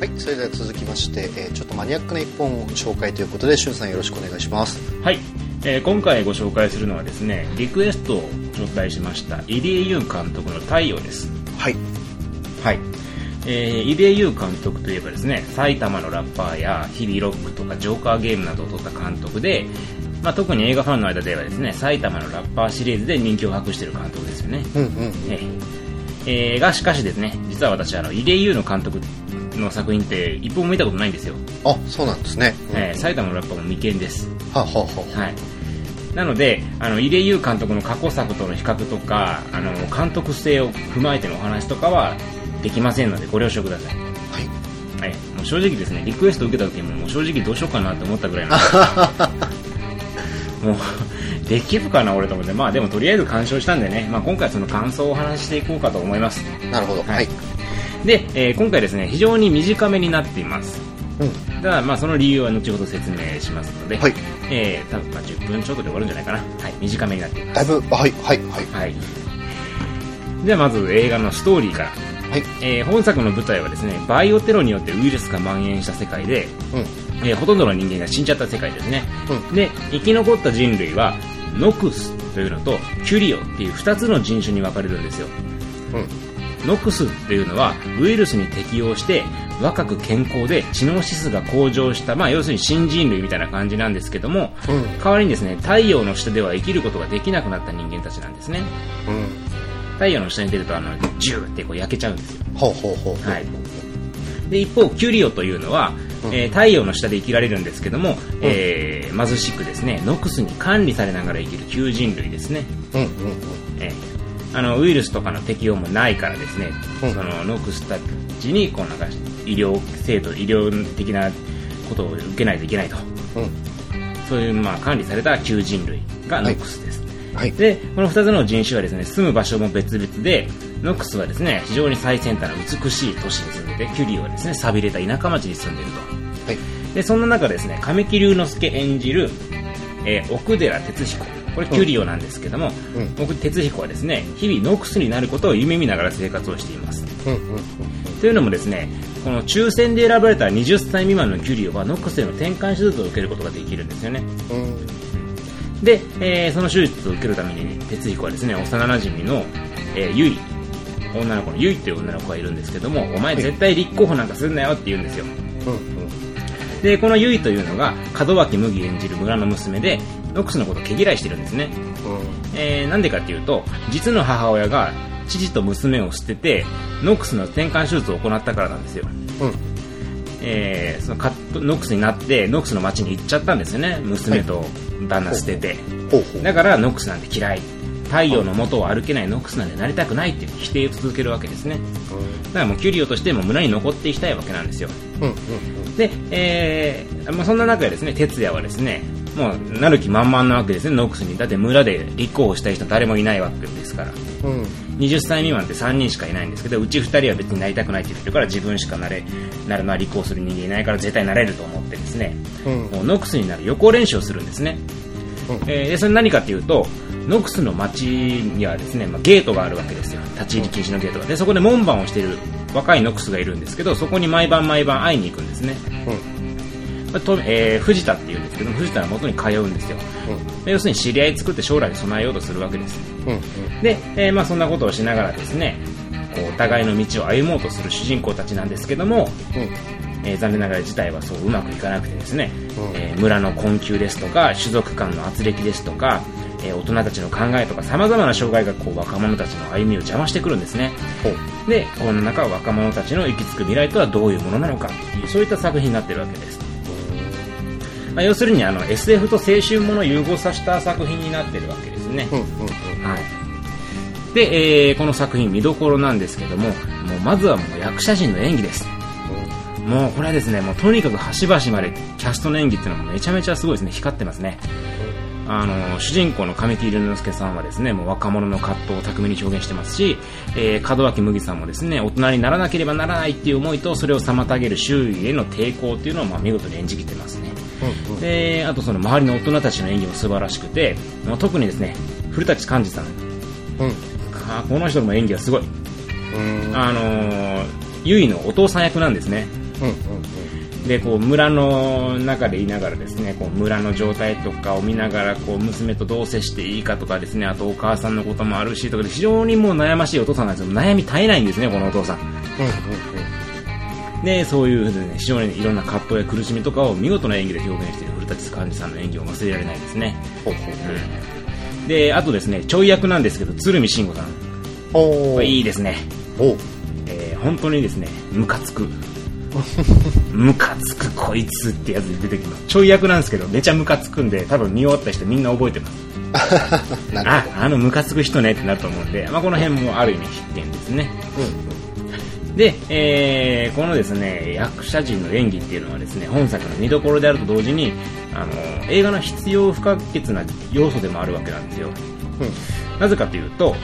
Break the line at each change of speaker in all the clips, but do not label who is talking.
はいそれでは続きまして、えーちょっとマニアックな一本を紹介ということでしゅんさんよろしくお願いします
はい、えー今回ご紹介するのはですねリクエストを頂戴しました入江優監督の「太陽」です
はい
はい、えー、入江優監督といえばですね埼玉のラッパーや日々ロックとかジョーカーゲームなどを撮った監督で、まあ、特に映画ファンの間ではですね埼玉のラッパーシリーズで人気を博している監督ですよね、
うんうん
えええーがしかしですね実は私あの入江優の監督の作品って一本も見たことないんですよ、
あそうなんですね、うん
えー埼玉のラッパーも未見です
はあ、はあは
はい、なのであの入江優監督の過去作との比較とかあの監督性を踏まえてのお話とかはできませんのでご了承ください、
あはい
はい、もう正直ですねリクエスト受けた時ももう正直どうしようかなと思ったぐ らいなのでもうできるかな俺と思ってまあでもとりあえず鑑賞したんでね、まあ、今回はその感想をお話ししていこうかと思います
なるほどはい、
はいで、えー今回ですね非常に短めになっています
うん
ただまあその理由は後ほど説明しますので、
はい
えー、多分まあ10分ちょっとで終わるんじゃないかな、はい、短めになっています
だいぶあはいはいはい
はい。ではまず映画のストーリーから。
はい
えー本作の舞台はですね、バイオテロによってウイルスが蔓延した世界で、
うん
えーほとんどの人間が死んじゃった世界ですね。
う
で、生き残った人類は、ノクスというのと、キュリオっていう2つの人種に分かれるんですよ。
うん
ノクスっていうのは、ウイルスに適応して、若く健康で知能指数が向上した、まあ要するに新人類みたいな感じなんですけども、
うん
代わりにですね、太陽の下では生きることができなくなった人間たちなんですね。
うん
太陽の下に出るとあのジューってこう焼けちゃうんですよ
ほうほうほう
はいで一方キュリオというのは、
うん
えー太陽の下で生きられるんですけども、えー貧しくですねノクスに管理されながら生きる旧人類ですね、
うんうんうん
えーあのウイルスとかの適用もないからですね、
うん
そのノクスたちにこうなんか医療制度医療的なことを受けないといけないと
うん
そういうまあ管理された旧人類がノクスです、
はい
でこの2つの人種はですね住む場所も別々でノックスはですね非常に最先端の美しい都市に住んでてキュリオはですね寂れた田舎町に住んでる
はい
とでそんな中ですね神木隆之介演じる、えー奥寺哲彦これキュリオなんですけども、
うん
奥哲彦はですね日々ノックスになることを夢見ながら生活をしています
うんうん
というのもですねこの抽選で選ばれた20歳未満のキュリオはノックスへの転換手術を受けることができるんですよね
うんうん
で、えーその手術を受けるために哲彦はですね幼馴染の、えー、ゆい女の子のゆいという女の子がいるんですけどもお前絶対立候補なんかすんなよって言うんですよ
うん
でこのゆいというのが門脇麦演じる村の娘でノックスのことを毛嫌いしてるんですね
うん
えーなんでかっていうと実の母親が父と娘を捨ててノックスの転換手術を行ったからなんですよ
うん
えーそのカットノックスになってノックスの町に行っちゃったんですよね娘と旦那捨てて、
ほうほう
だからノックスなんて嫌い太陽の元を歩けないノックスなんてなりたくないっていう否定を続けるわけですねだからもうキュリオとしても村に残っていきたいわけなんですよ
うんうん
で、えーまあ、そんな中でですね哲也はですねもうなる気満々なわけですねノックスにだって村で立候補したい人誰もいないわけですから
うんうん
20歳未満って3人しかいないんですけどうち2人は別になりたくないって言ってるから自分しかなれなるのは立候補する人間いないから絶対なれると思ってですね
うん
もうノックスになる予行練習をするんですね、
うん
えーでそれ何かというとノックスの街にはですね、まあ、ゲートがあるわけですよ立ち入り禁止のゲートがでそこで門番をしている若いノックスがいるんですけどそこに毎晩毎晩会いに行くんですね、まあとえー藤田っていうんですけども藤田の元に通うんですよで要するに知り合い作って将来に備えようとするわけです
うんうん
で、えーまあ、そんなことをしながらですねこうお互いの道を歩もうとする主人公たちなんですけども、
うん
えー残念ながら事態はそううまくいかなくてですね、
うん
えー村の困窮ですとか種族間の圧力ですとか、えー大人たちの考えとかさまざまな障害がこう若者たちの歩みを邪魔してくるんですね
ほう
でこの中若者たちの行き着く未来とはどういうものなのかっていうそういった作品になってるわけです、まあ、要するにあの SF と青春ものを融合させた作品になってるわけですね、
うんうん
はい、で、えーこの作品見どころなんですけどももうまずはもう役者陣の演技ですもうこれはですねもうとにかく端々までキャストの演技っていうのもめちゃめちゃすごいですね光ってますねあの主人公の神木隆之介さんはですねもう若者の葛藤を巧みに表現してますし、えー門脇麦さんもですね大人にならなければならないっていう思いとそれを妨げる周囲への抵抗っていうのをまあ見事に演じきってますね
うんうん
であとその周りの大人たちの演技も素晴らしくてもう特にですね古舘寛治さん
うん
あこの人の演技はすごい、
うん
あのー、ゆいのお父さん役なんですね、
うんうん
でこう村の中でいながらですねこう村の状態とかを見ながらこう娘とどう接していいかとかですねあとお母さんのこともあるしとかで非常にもう悩ましいお父さんなんですよ悩み絶えないんですねこのお父さん
うん
でそういうふうでね非常にいろんな葛藤や苦しみとかを見事な演技で表現している古舘寛治さんの演技を忘れられないですね、
ほうほう
うん、であとですねちょい役なんですけど鶴見慎吾さん
ほ
こ
う
れいいですね
おう
えー本当にですねムカつ くムカつくこいつってやつで出てきますちょい役なんですけどめちゃムカつくんで多分見終わった人みんな覚えてます
なる
ああのムカつく人ねってなると思うんで、まあ、この辺もある意味必見ですね
ほどうん
で、えーこのですね役者陣の演技っていうのはですね本作の見どころであると同時にあの映画の必要不可欠な要素でもあるわけなんですよ
うん
なぜかというと、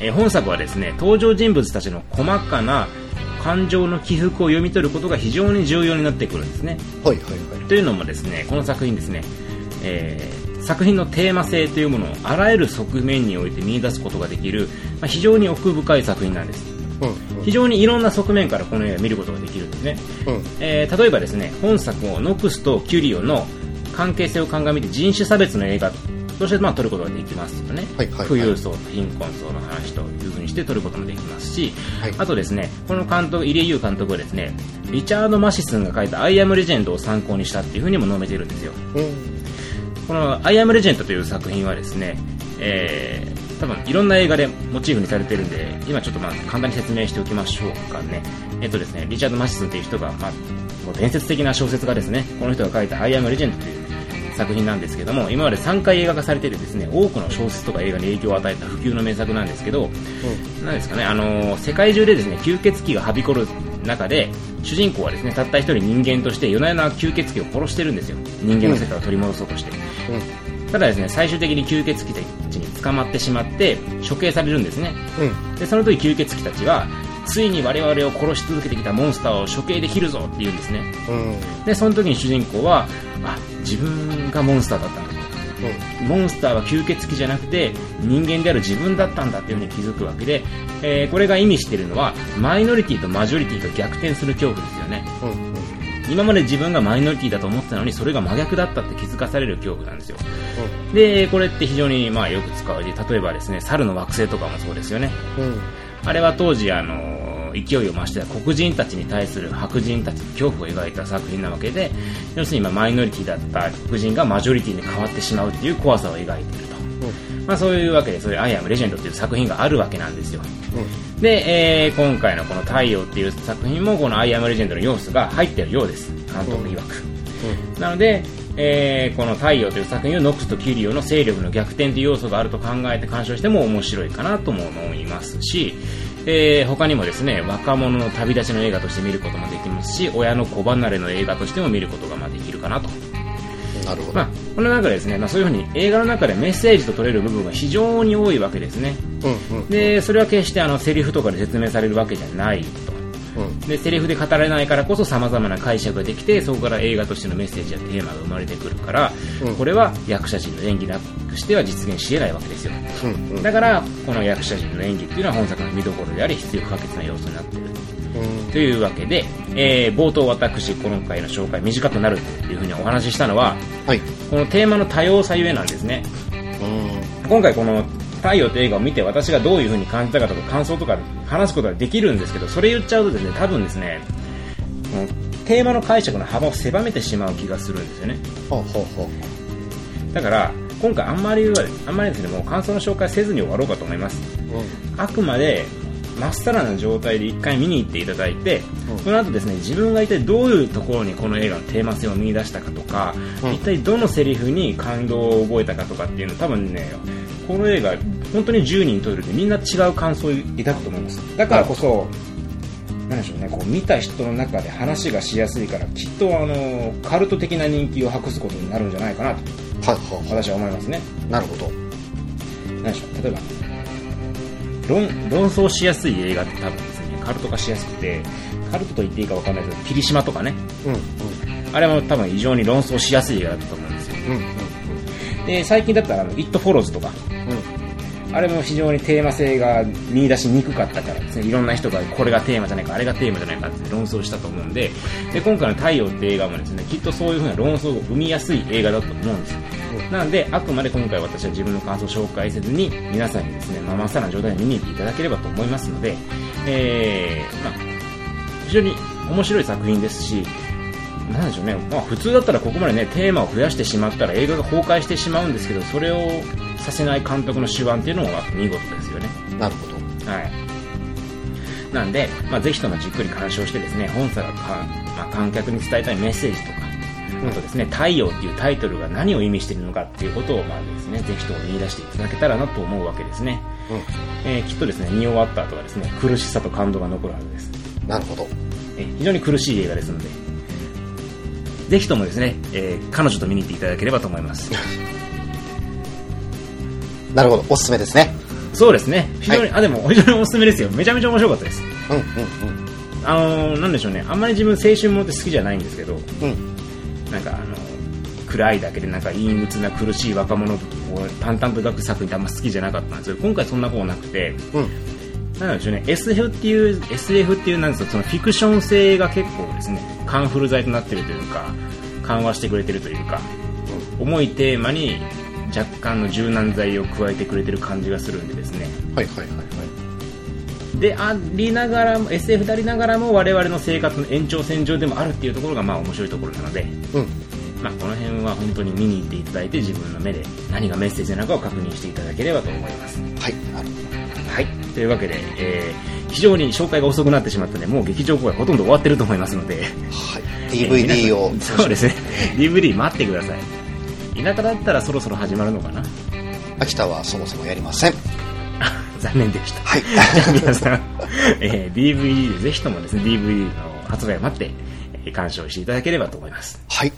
えー本作はですね登場人物たちの細かな感情の起伏を読み取ることが非常に重要になってくるんですね
はいはいはい
というのもですねこの作品ですね、えー作品のテーマ性というものをあらゆる側面において見出すことができる、まあ、非常に奥深い作品なんです
うんうん
非常にいろんな側面からこの映画を見ることができるんですね、
うん
えー例えばですね本作をノックスとキュリオの関係性を鑑みて人種差別の映画としてまあ撮ることができますとね、
はいはいはい
富裕層と貧困層の話というふうにして撮ることもできますし、
はい
あとですねこの監督入江優監督はですねリチャード・マシスンが書いた「アイ・アム・レジェンド」を参考にしたっていうふうにも述べているんですよ
うん
この「アイ・アム・レジェンド」という作品はですね、えー多分いろんな映画でモチーフにされてるんで今ちょっとまあ簡単に説明しておきましょうかねえっとですねリチャード・マシスンという人が、まあ、もう伝説的な小説家ですねこの人が書いた「アイ・アム・レジェンド」という作品なんですけども今まで3回映画化されているですね多くの小説とか映画に影響を与えた不朽の名作なんですけど、なんですかね、あのー世界中でですね吸血鬼がはびこる中で主人公はですねたった一人人間として夜な夜な吸血鬼を殺してるんですよ人間の世界を取り戻そうとして、
うん
ただですね最終的に吸血鬼たちに捕まってしまって処刑されるんですね
うん
でその時吸血鬼たちはついに我々を殺し続けてきたモンスターを処刑できるぞって言うんですね
うん
でその時に主人公はあ自分がモンスターだったんだ
うん
モンスターは吸血鬼じゃなくて人間である自分だったんだっていうふうに気づくわけで、えーこれが意味しているのはマイノリティとマジョリティが逆転する恐怖ですよね
うんうん
今まで自分がマイノリティだと思ってたのにそれが真逆だったって気づかされる恐怖なんですよでこれって非常にまあよく使うし例えばですね猿の惑星とかもそうですよね
うん
あれは当時あの勢いを増してた黒人たちに対する白人たちの恐怖を描いた作品なわけで要するに今マイノリティだった黒人がマジョリティに変わってしまうっていう怖さを描いているとまあ、そういうわけでそういう「アイアムレジェンド」っていう作品があるわけなんですよで、えー今回のこの「太陽」っていう作品もこの「アイアムレジェンド」の要素が入ってるようです監督曰く、なので、えーこの「太陽」という作品をノックスとキュリオの勢力の逆転という要素があると考えて鑑賞しても面白いかなとも思いますし、えー他にもですね若者の旅立ちの映画として見ることもできますし親の子離れの映画としても見ることがまあできるかなと
うんなるほど
まあ、この中でですね、まあ、そういうふうに映画の中でメッセージと取れる部分が非常に多いわけですね
うんうん
でそれは決してあのセリフとかで説明されるわけじゃないと
うん
でセリフで語られないからこそさまざまな解釈ができてそこから映画としてのメッセージやテーマが生まれてくるから、
うん
これは役者陣の演技なくしては実現し得ないわけですよ
うんうん
だからこの役者陣の演技っていうのは本作の見どころであり必要不可欠な要素になっている
うん
というわけで、えー冒頭私今回の紹介短くなるというふうにお話ししたのは
はい
このテーマの多様さゆえなんですね
うん
今回この「太陽」という映画を見て私がどういう風に感じたかとか感想とか話すことができるんですけどそれ言っちゃうとですね多分ですねこのテーマの解釈の幅を狭めてしまう気がするんですよね
はあはあは
だから今回あんまりはあんまりですねもう感想の紹介せずに終わろうかと思います
あ
あくまでまっさらな状態で一回見に行っていただいて、
うん
その後ですね自分が一体どういうところにこの映画のテーマ性を見出したかとか、
うん
一体どのセリフに感動を覚えたかとかっていうの多分ねこの映画本当に10人といるでみんな違う感想を抱くと思いますだからこそ、なんでしょうねこう見た人の中で話がしやすいからきっとあのカルト的な人気を博すことになるんじゃないかなと
うんはいは
私は思いますね
あなるほど
何でしょう例えば論論争しやすい映画って多分ですねカルト化しやすくてカルトと言っていいか分かんないですけど霧島とかね
うん
あれも多分非常に論争しやすい映画だったと思うんですよ
うんうん
で最近だったらあの「イット・フォローズ」とか
うんうん
あれも非常にテーマ性が見出しにくかったからですねいろんな人がこれがテーマじゃないかあれがテーマじゃないかって論争したと思うんでで今回の「太陽」って映画もですねきっとそういうふうな論争を生みやすい映画だと思うんですなのであくまで今回私は自分の感想を紹介せずに皆さんにですね、まあ、まっさらな状態で見に行っていただければと思いますので、えーまあ、非常に面白い作品ですしなんでしょうね、まあ、普通だったらここまでねテーマを増やしてしまったら映画が崩壊してしまうんですけどそれをさせない監督の手腕っていうのは見事ですよね
なるほど
はいなんで、まあ、ぜひともじっくり鑑賞してですね本作がか、まあ、観客に伝えたいメッセージとかあとですね「太陽」っていうタイトルが何を意味しているのかっていうことをまあですねぜひとも見出していただけたらなと思うわけですね、えーきっとですね見終わった後はですね苦しさと感動が残るはずです
うんなるほど
えー非常に苦しい映画ですので、ぜひともですね、えー彼女と見に行っていただければと思います。
なるほどおすすめですね
そうですね、非常に、あ、でも非常におすすめですよ。めちゃめちゃ面白かったです。
うん
あのーなんでしょうね、あんまり自分青春ものって好きじゃないんですけど、
うんうんうん
なんかあの暗いだけでなんか陰鬱な苦しい若者を淡々と描く作品ってあんま好きじゃなかったんですけど、今回そんなことなくて、
うん
なんでしょうね、SF っていう、SF っていう、なんですか、そのフィクション性が結構ですね、カンフル剤となってるというか、緩和してくれてるというか、重いテーマに若干の柔軟剤を加えてくれてる感じがするんでですね。
はいはいはいはい
でありながらも、SF でありながらも、我々の生活の延長線上でもあるっていうところが、まあ面白いところなので、
うん
まあこの辺は本当に見に行っていただいて、自分の目で何がメッセージなのかを確認していただければと思います。
はいなるほど
はい、というわけで、えー非常に紹介が遅くなってしまったので、もう劇場公開ほとんど終わってると思いますので、
はい
え
DVD
ー
を
皆さんそうですね、DVD 待ってください。田舎だったらそろそろ始まるのかな
秋田はそもそもやりません
残念でした。
はい
じゃあ皆さん、えー DVD でぜひともですね、DVD の発売を待って、えー鑑賞していただければと思います。
はい